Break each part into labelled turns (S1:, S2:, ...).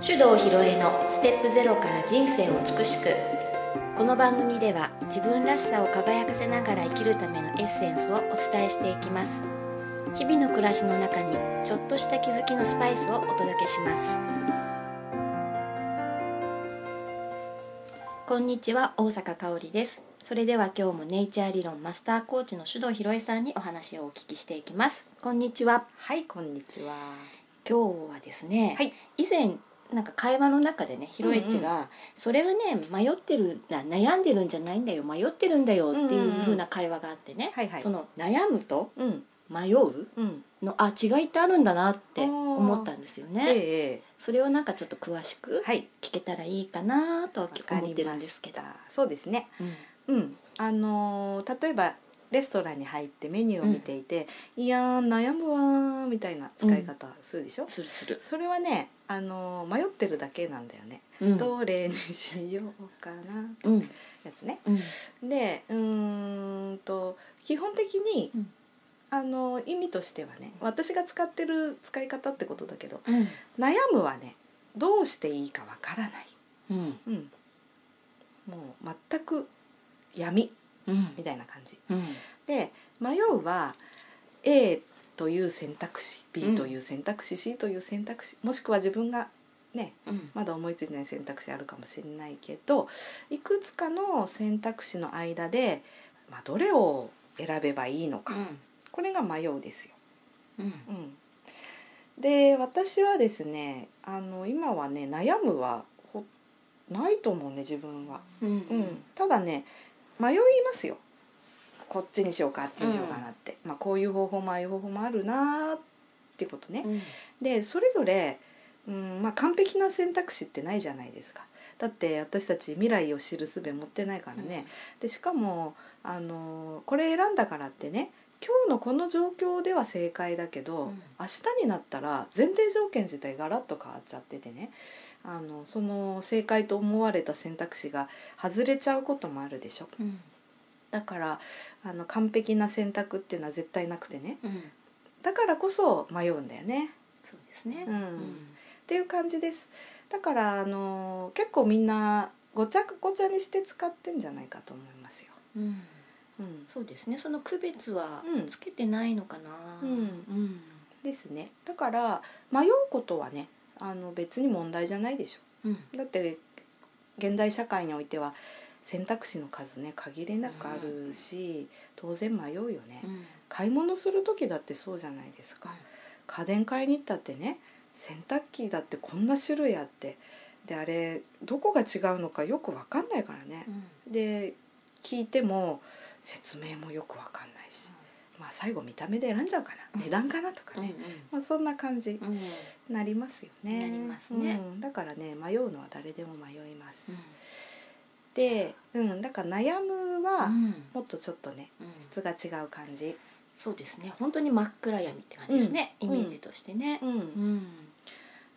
S1: 藤ひろえのステップゼロから人生を美しくこの番組では自分らしさを輝かせながら生きるためのエッセンスをお伝えしていきます日々の暮らしの中にちょっとした気づきのスパイスをお届けしますこんにちは大阪香織ですそれでは今日もネイチャー理論マスターコーチの首藤ひろえさんにお話をお聞きしていきますこんにちは
S2: はい、こんにちは。
S1: 今日はですね、
S2: はい
S1: 以前なんか会話の中でねひろえちが、それはね迷ってるんだ悩んでるんじゃないんだよ迷ってるんだよ」っていう風な会話があってね、
S2: はいはい
S1: その「悩む」と
S2: うん、
S1: 「迷う
S2: うん、」
S1: のあ違いってあるんだなって思ったんですよ
S2: え
S1: ね。
S2: ええ
S1: それをなんかちょっと詳し
S2: え
S1: く
S2: はい、
S1: 聞けたらいいかなとは
S2: わか
S1: 思っ
S2: り
S1: てる
S2: ま
S1: んで
S2: し
S1: すけど。
S2: た。そうですね。
S1: うん
S2: うん、あのー例えばレストランに入ってメニューを見ていて、いやー悩むわーみたいな使い方するでしょ。
S1: するする、
S2: それはね、あのー迷ってるだけなんだよね。
S1: うん
S2: どれにしようかな
S1: うん
S2: やつね。
S1: うん
S2: で、うーんと基本的に、
S1: うん
S2: あのー意味としてはね、私が使ってる使い方ってことだけど、
S1: うん
S2: 悩むはねどうしていいかわからない、
S1: うん
S2: うん、もう全く闇
S1: うん
S2: みたいな感じ
S1: うん
S2: で迷うは A という選択肢
S1: うん
S2: B という選択肢、C という選択肢もしくは自分がね
S1: うん
S2: まだ思いついてない選択肢あるかもしれないけどいくつかの選択肢の間で、まあ、どれを選べばいいのか、これが迷うですよ。
S1: うん
S2: うん、で私はですねあの今はね悩むはほないと思うね自分は、
S1: うん
S2: うんただね迷いますよこっちにしようかあっちにしようかなって、まあ、こういう方法もああいう方法もあるなーってことね、
S1: うん
S2: でそれぞれ、うんまあ、完璧な選択肢ってないじゃないですかだって私たち未来を知る術持ってないからね、でしかもあのこれ選んだからってね今日のこの状況では正解だけど、
S1: うん
S2: 明日になったら前提条件自体ガラッと変わっちゃっててねあのその正解と思われた選択肢が外れちゃうこともあるでしょ
S1: うん
S2: だからあの完璧な選択っていうのは絶対なくてね
S1: うん
S2: だからこそ迷うんだよね。
S1: そうですね
S2: う
S1: うん
S2: んっていう感じですだからあの結構みんなごちゃごちゃにして使ってんじゃないかと思いますよ。
S1: うん
S2: うん、
S1: そうですねその区別は
S2: うん
S1: つけてないのかな
S2: うん
S1: うん
S2: ですねだから迷うことはねあの別に問題じゃないでし
S1: うん
S2: ょ。だって現代社会においては選択肢の数ね限りなくあるし、当然迷うよね、
S1: うん
S2: 買い物する時だってそうじゃないですか、
S1: うん
S2: 家電買いに行ったってね洗濯機だってこんな種類あってであれどこが違うのかよく分かんないからね、で聞いても説明もよくわかんないし、まあ、最後見た目で選んじゃうかな値段かなとか
S1: うん
S2: ね、まあ、そんな感じ
S1: うんうん
S2: なりますよね。
S1: なりますね
S2: うん、だからね迷うのは誰でも迷います。
S1: うん
S2: で、うん、だから悩むは
S1: うん
S2: もっとちょっとね
S1: うん
S2: 質が違う感じ。
S1: そうですね本当に真っ暗闇って感じですねイ
S2: うん
S1: メージとしてね
S2: うん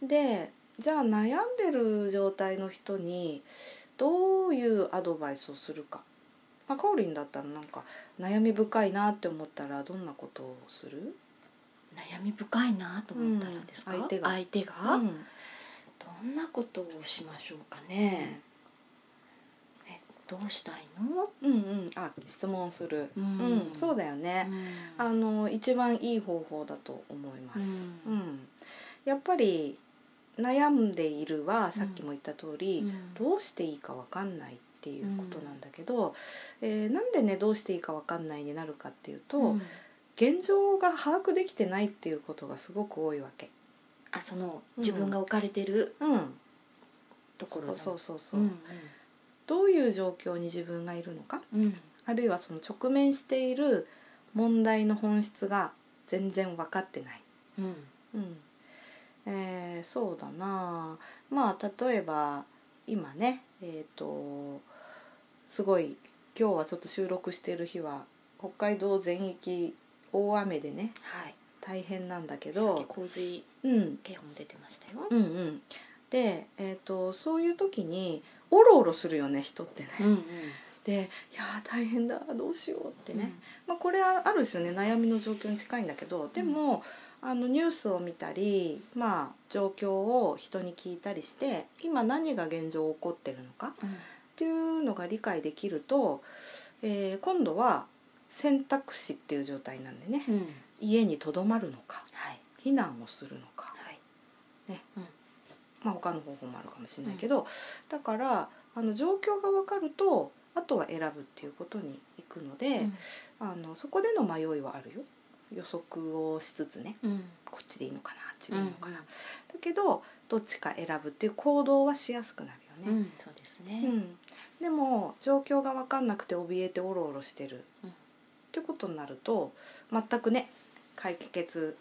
S1: うん
S2: でじゃあ悩んでる状態の人にどういうアドバイスをするか。まあ、カオリンだったらなんか悩み深いなって思ったらどんなことをする
S1: 悩み深いなと思ったらですか
S2: うん相手が
S1: 相手
S2: う
S1: が
S2: ん
S1: どんなことをしましょうかねえどうしたいの
S2: うんうん、あ質問する、
S1: う
S2: うんんそうだよね、
S1: うん
S2: あの一番いい方法だと思います、
S1: う
S2: うんんやっぱり悩んでいるはさっきも言った通り、
S1: うん
S2: どうしていいかわかんないっていうことなんだけど、えーなんでねどうしていいかわかんないになるかっていうと、
S1: うん
S2: 現状が把握できてないっていうことがすごく多いわけ。
S1: あその
S2: うん
S1: 自分が置かれてる
S2: うん、
S1: とこ
S2: そ
S1: ろ
S2: う
S1: の
S2: そうそうそう、
S1: うん
S2: どういう状況に自分がいるのか
S1: うんうん
S2: あるいはその直面している問題の本質が全然分かってない。
S1: うん
S2: うんえーそうだなあまあ例えば今ねえっ、とすごい今日はちょっと収録してる日は北海道全域大雨でね
S1: はい
S2: 大変なんだけ
S1: さっき
S2: ど、
S1: 洪水
S2: うん、
S1: 警報も出てましたよ
S2: うんうんで、えー、とそういう時におろおろするよね人ってね。
S1: うんうん
S2: で「いやー大変だどうしよう」って
S1: で
S2: ね、
S1: ね、
S2: まあ、これはある種ね悩みの状況に近いんだけどでも、あのニュースを見たり、まあ、状況を人に聞いたりして今何が現状起こってるのかっていうのが理解できると、えー今度は選択肢っていう状態なんでね
S1: うん
S2: 家にとどまるのか
S1: はい
S2: 避難をするのか、
S1: はい
S2: まあ、他の方法もあるかもしれないけど、だからあの状況が分かるとあとは選ぶっていうことにいくので。あのそこでの迷いはあるよ予測をしつつね
S1: うんうん
S2: こっちでいいのかなあっちでいいのかな、だけどどっちか選ぶっていう行動はしやすくなる
S1: う
S2: よね、
S1: んそうですね、
S2: うんでも状況が分かんなくて怯えておろおろしてる、
S1: うん
S2: ってことになると全くね解決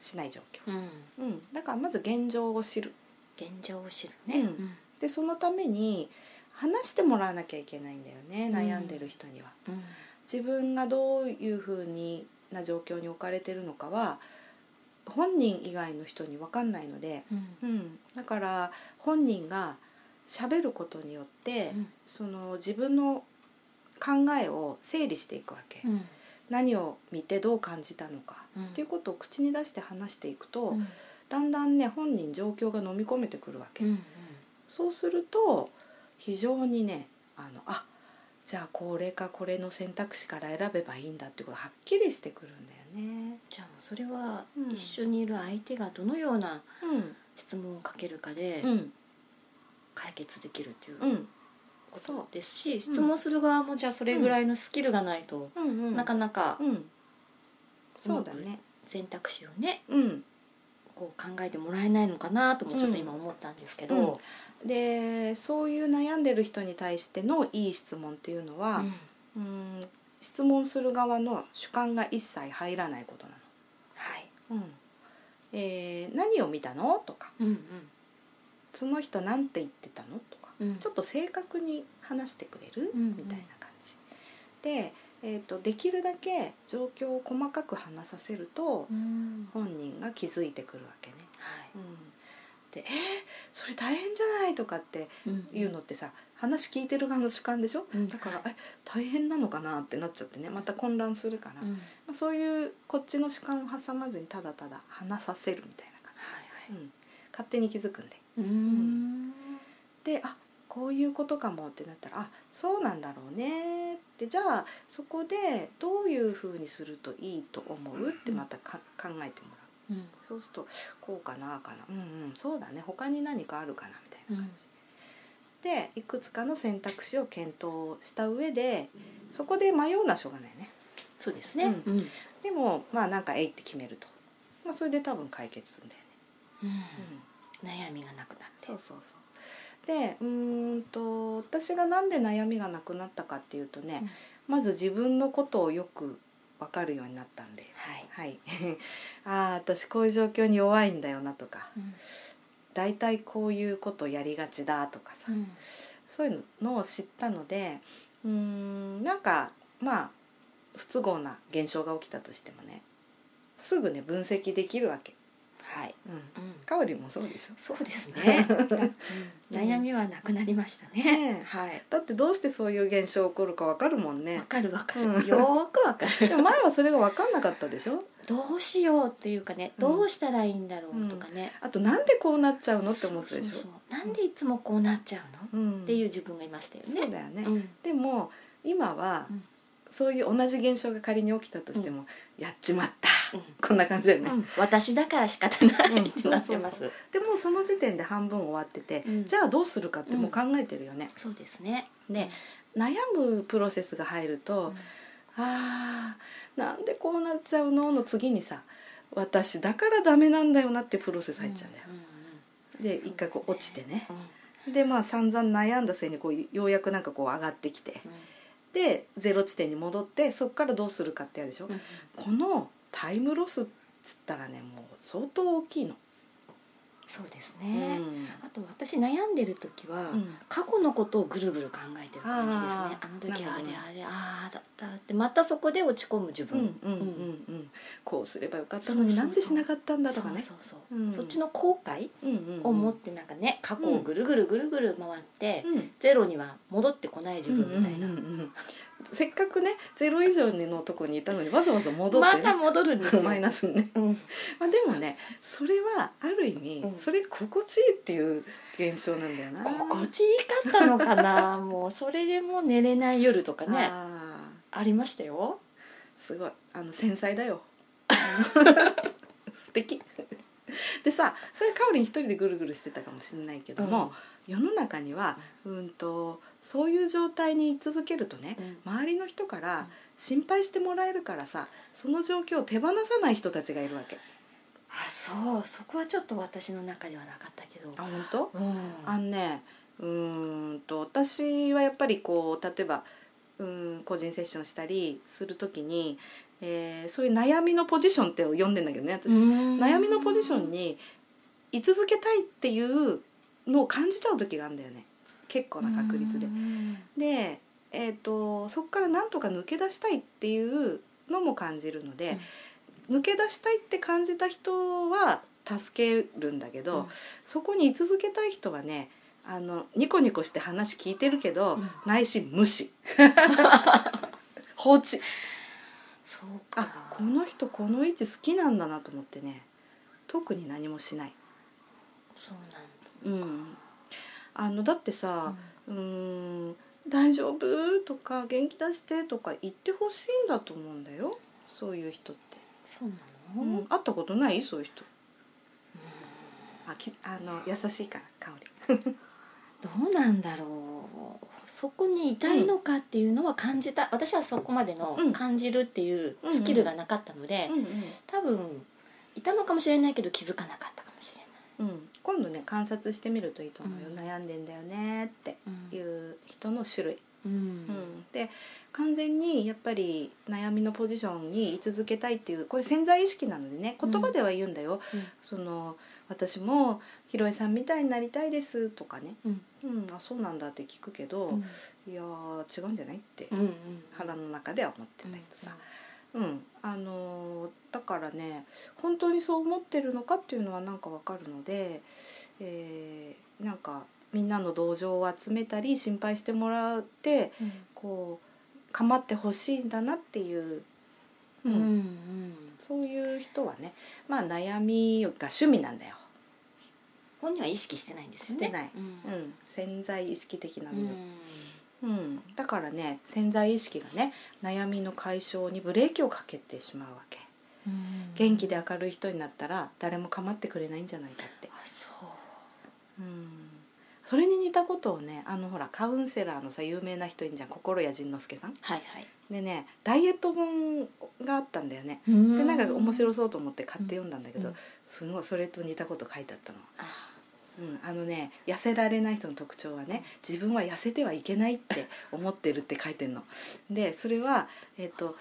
S2: しない状況、
S1: うん
S2: うん、だからまず現状を知る
S1: 現状を知るね、
S2: うんでそのために話してもらわなきゃいけないんだよね悩んでる人には。
S1: うんうん
S2: 自分がどういうふうにな状況に置かれてるのかは本人以外の人に分かんないので、
S1: うん
S2: うん、だから本人が喋ることによって、その自分の考えを整理していくわけ、
S1: うん
S2: 何を見てどう感じたのか、
S1: うん
S2: っていうことを口に出して話していくと、
S1: うん
S2: だんだんね本人状況が飲み込めてくるわけ、
S1: うんうん
S2: そうすると非常にねあのあじゃあこれかこれの選択肢から選べばいいんだってことがはっきりしてくるんだよね。
S1: じゃあもうそれは
S2: うん
S1: 一緒にいる相手がどのような質問をかけるかで
S2: うん、うん、
S1: 解決できるっていう
S2: うん、
S1: ことですし、質問する側もじゃあそれぐらいのスキルがないと、
S2: うん、うん、
S1: なかなか
S2: うん、そうだね。
S1: 選択肢をね
S2: うん、
S1: こう考えてもらえないのかなともちょっと今思ったんですけど、
S2: でそういう悩んでる人に対してのいい質問っていうのは、
S1: うん
S2: うん、質問する側の主観が一切入らないことな
S1: はい、
S2: の。うん、えー何を見たのとか、
S1: うん
S2: その人なんて言ってたのとか。
S1: うんうん、
S2: ちょっと正確に話してくれる、
S1: うんうん
S2: みたいな感じで、えー、とできるだけ状況を細かく話させると
S1: うん
S2: 本人が気づいてくるわけね。
S1: は
S2: うん、で「えー、それ大変じゃない?」とかって
S1: い、
S2: いうのってさ話聞いてる側の主観でしょ
S1: うん
S2: だか
S1: は
S2: ら
S1: い
S2: 「え大変なのかな?」ってなっちゃってねまた混乱するから、
S1: うん、はい
S2: まあ、そういうこっちの主観を挟まずにただただ話させるみたいな感
S1: はい
S2: じ、うん、勝手に気づくんで。
S1: うーん
S2: であこういうことかもってなったらあそうなんだろうねってじゃあそこでどういうふうにするといいと思うってまたか考えてもらう
S1: うん
S2: そうするとこうかなああかなうんうんそうだね他に何かあるかなみたいな感じ、でいくつかの選択肢を検討した上でそこで迷うのはしょうがないね
S1: そうですね、
S2: うん
S1: うん
S2: でもまあなんかえいって決めると、まあ、それで多分解決するんだよね、うん
S1: 悩みがなくなって
S2: そうそうそうでうーんと私がなんで悩みがなくなったかっていうとね、まず自分のことをよく分かるようになったんで
S1: はい、
S2: はい、 ああ私こういう状況に弱いんだよなとか
S1: うん
S2: 大体こういうことやりがちだとかさ、
S1: うん
S2: そういうのを知ったのでうーんなんかまあ不都合な現象が起きたとしてもねすぐね分析できるわけ、
S1: はい、
S2: うん、
S1: うん
S2: かおりもそうでしょ
S1: そうですね。
S2: うん
S1: 悩みはなくなりましたね。
S2: ね
S1: はい。
S2: だってどうしてそういう現象起こるか分かるもんね
S1: わかるわかる。
S2: うん
S1: よーくわかる。
S2: でも前はそれが分かんなかったでしょ
S1: どうしようっていうかね、
S2: うん
S1: どうしたらいいんだろうとかね。
S2: あとなんでこうなっちゃうのって思ったで
S1: そ
S2: しょ
S1: うそうそうなんでいつもこうなっちゃうの、
S2: うん
S1: っていう自分がいましたよね。
S2: そうだよね、
S1: うん
S2: でも今は
S1: うん
S2: そういう同じ現象が仮に起きたとしても、やっちまった、こんな感じだよね、
S1: うん私だから仕方ない
S2: うん
S1: ってなってます。
S2: でもうその時点で半分終わってて、
S1: うん
S2: じゃあどうするかってもう考えてるよね、
S1: そうですね。
S2: ね悩むプロセスが入る
S1: う
S2: と、
S1: ん
S2: あーなんでこうなっちゃうのの次にさ私だからダメなんだよなってプロセス入っちゃうんだよ、
S1: うんうん
S2: で
S1: そう
S2: 一回こう落ちてね
S1: うん
S2: でまあ散々悩んだせいにこうようやくなんかこう上がってきてでゼロ地点に戻ってそこからどうするかってやるでしょ、
S1: うん
S2: このタイムロスっつったらねもう相当大きいの
S1: そうです
S2: う
S1: ね、
S2: ん
S1: あと私悩んでる時は、
S2: うん
S1: 過去のことをぐるぐる考えてる感じですねあ
S2: あー
S1: の時あ
S2: なるほどね
S1: れあれああだったってまたそこで落ち込む自
S2: うんうん
S1: 分、
S2: うんうんこうすればよかったのになんでしなかったんだ
S1: そ
S2: と
S1: う
S2: かね
S1: そうそう、
S2: うん
S1: そっちの後悔
S2: うんうんうん
S1: を持ってなんかね過去をぐるぐるぐるぐる回って、
S2: うん
S1: ゼロには戻ってこない自分みたいな、
S2: うんうんうんうんせっかくねゼロ以上のとこにいたのにわざわざ戻っ
S1: ま
S2: てね
S1: た戻るんですよ
S2: マイナスにね、
S1: うん
S2: まあ、でもねそれはある意味、
S1: うん
S2: それが心地いいっていう現象なんだよな
S1: 心地いいかったのかなもうそれでもう寝れない夜とかねあ
S2: あー
S1: りましたよ
S2: すごいあの繊細 だよ素敵でさそれかおりん一人でぐるぐるしてたかもしれないけども、世の中にはうんとそういう状態に居続けるとね、
S1: うん
S2: 周りの人か
S1: うん
S2: ら心配してもらえるからさその状況を手放さない人たちがいるわけ
S1: あそうそこはちょっと私の中ではなかったけど
S2: あ本当
S1: うん
S2: あのねうーんと私はやっぱりこう例えばうーん個人セッションしたりするときに、えーそういう悩みのポジションって呼んでんだけどね私、悩
S1: 悩
S2: みのポジションに居続けたいっていうのを感じちゃう時があるんだよね結構な確率で。で、えー、とそこからなんとか抜け出したいっていうのも感じるので、抜け出したいって感じた人は助けるんだけど、
S1: うん
S2: そこに居続けたい人はねあのニコニコして話聞いてるけど、
S1: うん
S2: ないし 無視放置
S1: そうか
S2: あこの人この位置好きなんだなと思ってね特に何もしない、
S1: そうなんだ
S2: うん、あのだってさ
S1: うん
S2: 「うーん大丈夫?」とか「元気出して」とか言ってほしいんだと思うんだよそういう人って、
S1: そうなの、
S2: うん、会ったことないそういう人あきあの優しいから香り
S1: どうなんだろうそこにいたいのかっていうのは感じた、私はそこまでの
S2: うん
S1: 感じるっていうスキルがなかったので、
S2: うん
S1: 多分いたのかもしれないけど気づかなかったかもしれない
S2: うんうん、今度ね観察してみるといいと思うよ、
S1: うん
S2: 悩んでんだよねってい
S1: うん
S2: う人の種類、
S1: うん
S2: うん、で完全にやっぱり悩みのポジションに居続けたいっていうこれ潜在意識なのでね言葉では言うんだよ、
S1: うん
S2: その私もひろえさんみたいになりたいですとかね、
S1: うん
S2: うん、あそうなんだって聞くけど、
S1: うん
S2: いやー違うんじゃないって
S1: うんうん
S2: 腹の中では思ってんだけどさ、うん、あのーだからね本当にそう思ってるのかっていうのはなんかわかるので、えーなんかみんなの同情を集めたり心配してもらって
S1: うん
S2: こう構ってほしいんだなっていう、う
S1: うんうん
S2: ん
S1: うん
S2: そういう人はねまあ悩みが趣味なんだよ、
S1: 本人は意識してないんですよね
S2: してない
S1: うん
S2: うん、潜在意識的な
S1: う
S2: も
S1: ん
S2: の、うん、だからね潜在意識がね悩みの解消にブレーキをかけてしまうわけ。
S1: うん
S2: 元気で明るい人になったら誰も構ってくれないんじゃないかって
S1: あそう
S2: うんそれに似たことをねあのほらカウンセラーのさ有名な人いんじゃん心谷仁之助さん
S1: はいはい
S2: でねダイエット本があったんだよね
S1: で
S2: でなんか面
S1: い
S2: 白そうと思って買って読んだんだけど、
S1: うん
S2: すごいそれと似たこと書いてあったの、
S1: あ
S2: うん、あのね痩せられない人の特徴はね自分は痩せてはいけないって思ってるって書いてんのでそれはえっ、と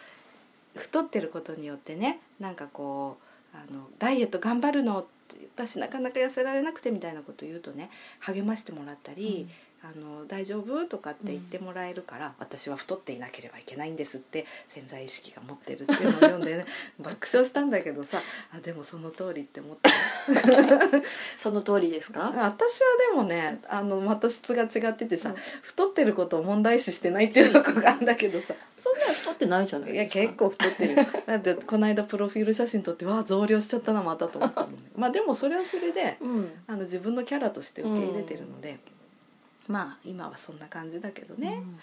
S2: 太ってることによってねなんかこうあのダイエット頑張るのって私なかなか痩せられなくてみたいなこと言うとね励ましてもらったり、あの大丈夫とかって言ってもらえるから、私は太っていなければいけないんですって潜在意識が持ってるっていうのを読んでね爆笑したんだけどさあでもその通りって思った
S1: その通りです
S2: あ
S1: か
S2: 私はでもねあのまた質が違っててさ、太ってることを問題視してないっていうとこがあるんだけどさ
S1: そんな太ってないじゃない
S2: い
S1: で
S2: や
S1: すか
S2: 結構太ってるよだってこの間プロフィール写真撮ってわあ増量しちゃったなまたと 思ったもんねまあでもそれはそれで
S1: うん
S2: あの自分のキャラとして受け入れてるので、まあ今はそんな感じだけど
S1: う
S2: ね、
S1: ん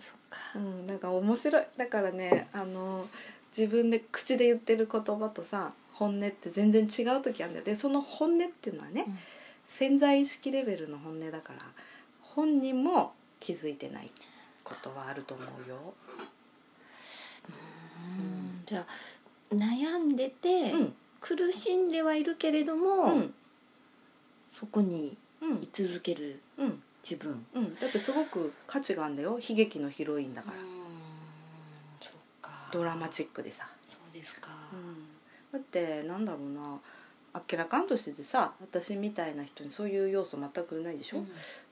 S1: そっか
S2: うんなんか面白いだからねあの自分で口で言ってる言葉とさ本音って全然違う時あるんだよでその本音っていうのはね、
S1: うん
S2: 潜在意識レベルの本音だから本人も気づいてないことはあると思うよ。
S1: うんじゃあ悩んでて
S2: うん、
S1: 苦しんではいるけれど
S2: う
S1: も
S2: ん、
S1: そこに
S2: うん
S1: 居、続ける
S2: うん、
S1: 自分
S2: うん、だってすごく価値があるんだよ。悲劇のヒロインだ
S1: だ
S2: から、
S1: そっか
S2: ドラマチックでさ。
S1: そうですか
S2: うん、だってなんだろうな、あっけらかんとしててさ私みたいな人にそういう要素全くないでしょ、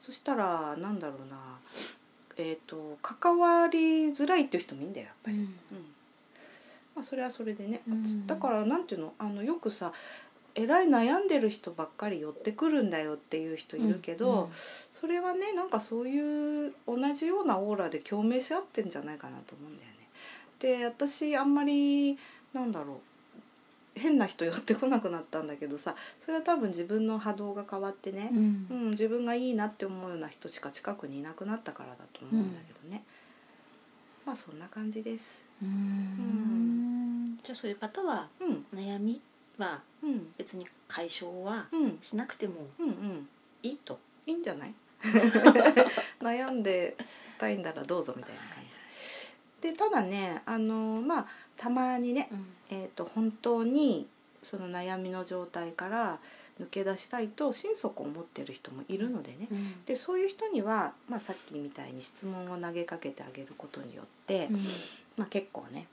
S2: そしたらなんだろうなえっ、と関わりづらいっていう人もいいんだよやっぱり、うんまあ、それはそれでね、
S1: うん
S2: だからなんていうのあのよくさえらい悩んでる人ばっかり寄ってくるんだよっていう人いるけど、それはねなんかそういう同じようなオーラで共鳴し合ってんじゃないかなと思うんだよね。で私あんまりなんだろう変な人寄ってこなくなったんだけどさそれは多分自分の波動が変わってね、うん自分がいいなって思うような人しか近くにいなくなったからだと思うんだけどね、まあそんな感じです。
S1: じゃあそういう方は
S2: うん
S1: 悩みは
S2: うん
S1: 別に解消は
S2: うん
S1: しなくても
S2: うんうん
S1: いいと。
S2: いいんじゃない悩んでたいんだらどうぞみたいな感じでただねあのまあたまにね、えー、と本当にその悩みの状態から抜け出したいと心底思ってる人もいるのでねでそういう人には、まあ、さっきみたいに質問を投げかけてあげることによって、まあ、結構ね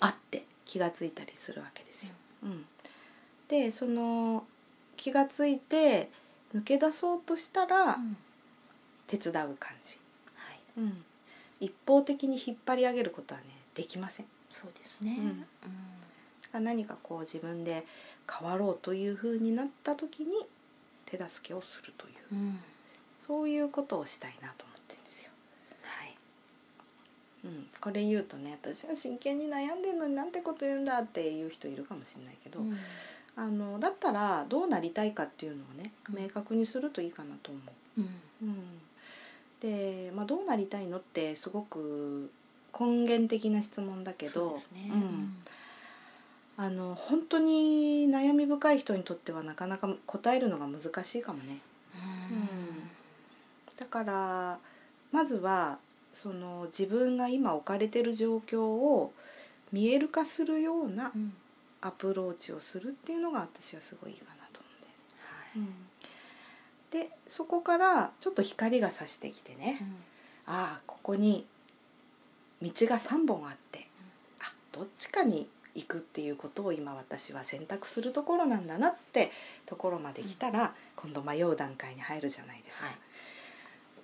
S2: あって気がついたりするわけですよ。うん、でその気がついて抜け出そうとしたら手伝う感じ、
S1: はい、
S2: うん、一方的に引っ張り上げることはねできません。
S1: そうですね。
S2: 何かこう自分で変わろうというふうになった時に手助けをするというそういうことをしたいなと思ってるんですよ。
S1: はい。
S2: うん、これ言うとね私は真剣に悩んでるのになんてこと言うんだっていう人いるかもしれないけど、あのだったらどうなりたいかっていうのをね
S1: うん
S2: 明確にするといいかなと思う。うん、で、まあ、どうなりたいのってすごく根源的な質問だけ
S1: そう
S2: ど
S1: ですね。
S2: うん、あの本当に悩み深い人にとってはなかなか答えるのが難しいかもね。だからまずはその自分が今置かれてる状況を見える化するような
S1: うん
S2: アプローチをするっていうのが私はすごいいいかなと思うんだよ
S1: は
S2: ね
S1: い。
S2: でそこからちょっと光が差してきてね、ああここに道が3本あってあどっちかに行くっていうことを今私は選択するところなんだなってところまで来たら、今度迷う段階に入るじゃないですか。
S1: はい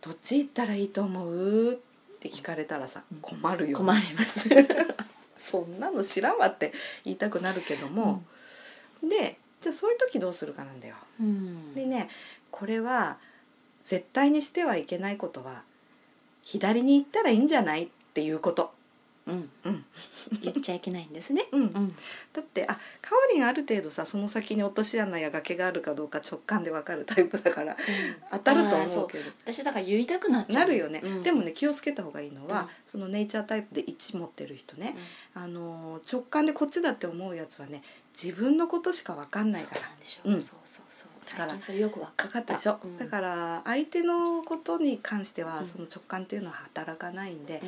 S2: どっち行ったらいいと思うって聞かれたらさ
S1: うん
S2: 困るよ、
S1: 困ります。
S2: そんなの知らんわって言いたくなるけども、でじゃあそういう時どうするかなんだよ。
S1: うん
S2: でねこれは絶対にしてはいけないことは左に行ったらいいんじゃないっていうこと、
S1: うん
S2: うん
S1: 言っちゃいけないんですね。
S2: うん
S1: うん
S2: だってあかおりんある程度さその先に落とし穴や崖があるかどうか直感でわかるタイプだから当たると思うけど
S1: 私だから言いたくなっちゃう。
S2: なるよね、
S1: うん
S2: でもね気をつけた方がいいのは、
S1: うん
S2: そのネイチャータイプで1持ってる人ね、あのー直感でこっちだって思うやつはね自分のことしか分かんない
S1: そ
S2: か
S1: う
S2: ら
S1: なんでしょ
S2: う
S1: うんそうそうそう。
S2: だから
S1: 最近それよくわ
S2: かかったでしょ、
S1: うん
S2: だから相手のことに関して
S1: う
S2: は
S1: ん
S2: その直感っていうのは働かないんで、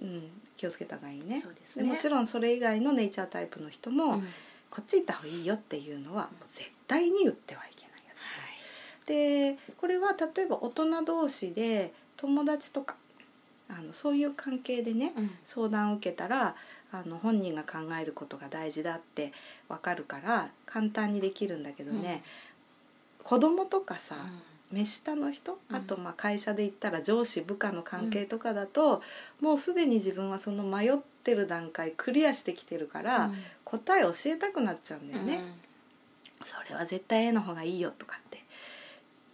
S2: うん、気をつけた方がいいね
S1: そうです
S2: で
S1: ね
S2: もちろんそれ以外のネイチャータイプの人
S1: う
S2: も、
S1: ん
S2: こっち行った方がいいよっていうのは絶対に言ってはいけないやつです。でこれは例えば大人同士で友達とかあのそういう関係でね
S1: うん
S2: 相談を受けたらあの本人が考えることが大事だってわかるから簡単にできるんだけどね、子供とかさ、目下の人、
S1: うん
S2: あとまあ会社で言ったら上司部下の関係とかだと、もうすでに自分はその迷ってる段階クリアしてきてるから、答え教えたくなっちゃうんだよね、それは絶対 A の方がいいよとかって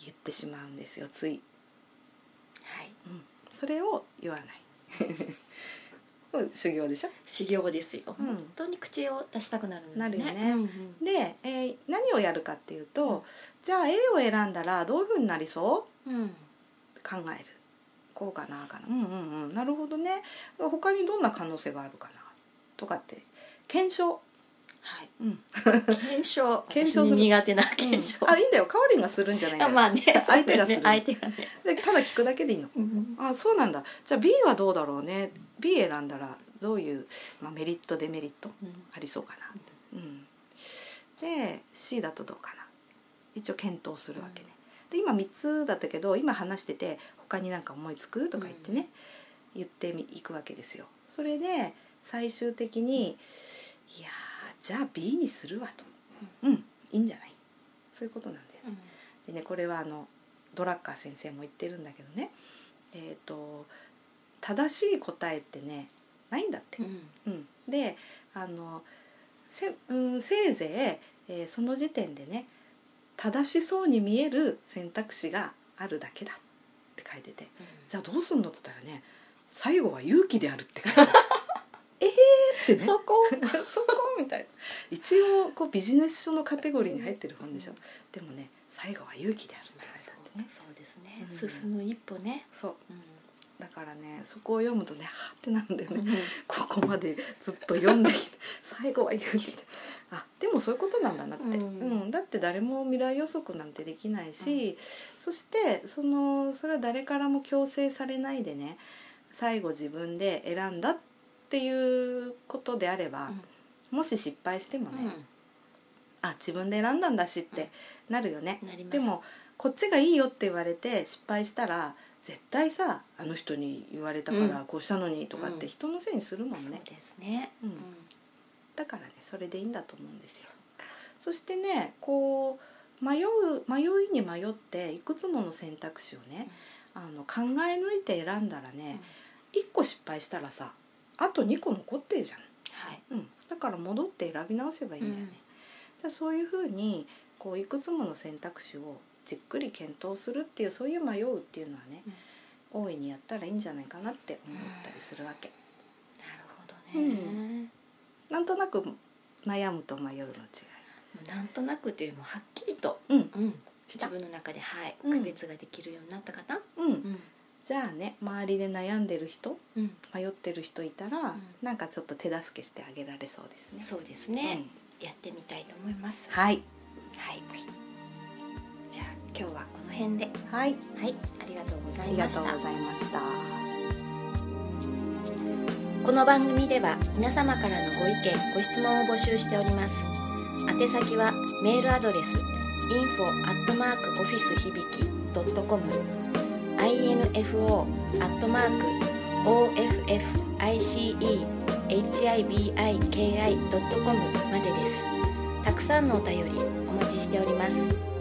S2: 言ってしまうんですよつい、
S1: はい
S2: うん、それを言わないこれ修行でしょ
S1: 修行ですよ、
S2: うん
S1: 本当に口を出したくなるんだ
S2: なるよね
S1: うん
S2: で、えー何をやるかっていうと、
S1: うん
S2: じゃあ A を選んだらどういうふうになりそう
S1: うんうん
S2: 考えるこうかなあかなうんうんうんなるほどね他にどんな可能性があるかなとかって検証、
S1: はい
S2: うん、
S1: 検証 検
S2: 検証
S1: 証
S2: する
S1: 苦手な検証、
S2: うんあいいんだよかおりんがするんじゃないんだ
S1: あ
S2: よ、
S1: まあね
S2: 相手がする
S1: ね相手がね、
S2: でただ聞くだけでいいの
S1: うん
S2: あそうなんだじゃあ B はどうだろうね B 選んだらどういう、まあ、メリットデメリットありそうかな、うん、で C だとどうかな一応検討するわけね、で今3つだったけど今話してて他になんか思いつくとか言ってね、言ってみいくわけですよそれで最終的に、いやーじゃあ B にするわと、うんいいんじゃないそういうことなんだよね。
S1: うん
S2: でねこれはあのドラッカー先生も言ってるんだけどねえっ、と正しい答えってねないんだって。
S1: うん
S2: うん、であのせ,、うん、せいぜい、えーその時点でね正しそうに見える選択肢があるだけだって書いててじゃあどうすんのって言ったらね最後は勇気であるって書い てあるえーってね
S1: そこ
S2: そこみたいな一応こうビジネス書のカテゴリーに入ってる本でしょ、
S1: うん
S2: でもね最後は勇気であるって書いてあってね
S1: そうですね、
S2: うん
S1: 進む一歩ね、
S2: そう
S1: うん
S2: だからねそこを読むとねはーってなるんだよね、ここまでずっと読んできて最後は勇気であでもそういうことなんだなって、
S1: う
S2: うんんだって誰も未来予測なんてできないし、そしてそのそれは誰からも強制されないでね最後自分で選んだっていうことであれば、もし失敗してもね、あ自分で選んだんだしってなるよね。
S1: うんなります
S2: でもこっちがいいよって言われて失敗したら絶対さあの人に言われたからこうしたのにとかっ
S1: う
S2: て
S1: ん
S2: 人のせいにするもんね、
S1: そうですね、
S2: うんだからねそれでいいんだと思うんですよ。そしてねこう迷う迷いに迷っていくつもの選択肢をね、あの考え抜いて選んだら
S1: うん
S2: ね、1個失敗したらさあと2個残ってるじゃん。
S1: はい、
S2: うん、だから戻って選び直せばいいんだよね。
S1: うん
S2: だからそういうふうにこういくつもの選択肢をじっくり検討するっていうそういう迷うっていうのはね、大いにやったらいいんじゃないかなって思ったりするわけ。
S1: なるほどね、
S2: う
S1: も
S2: なんとなく悩むと迷うの違い。
S1: うなんとなくというよりもはっきりと、
S2: うん、
S1: うん、
S2: した
S1: 自分の中ではい、
S2: うん
S1: 区別ができるようになった方、
S2: うん、
S1: ん
S2: じゃあね周りで悩んでる人
S1: うん
S2: 迷ってる人いたら、
S1: ん
S2: なんかちょっと手助けしてあげられそうですね。
S1: そうです
S2: う
S1: ね、
S2: ん
S1: やってみたいと思います
S2: はい
S1: はい、じゃあ今日はこの辺で
S2: はい
S1: はいありがとうござ
S2: あ
S1: い
S2: りが
S1: まし
S2: とう
S1: た
S2: ございました。
S1: この番組では皆様からのご意見ご質問を募集しております宛先はメールアドレス info office 響き .com info officehibiki.com までですたくさんのお便りお待ちしております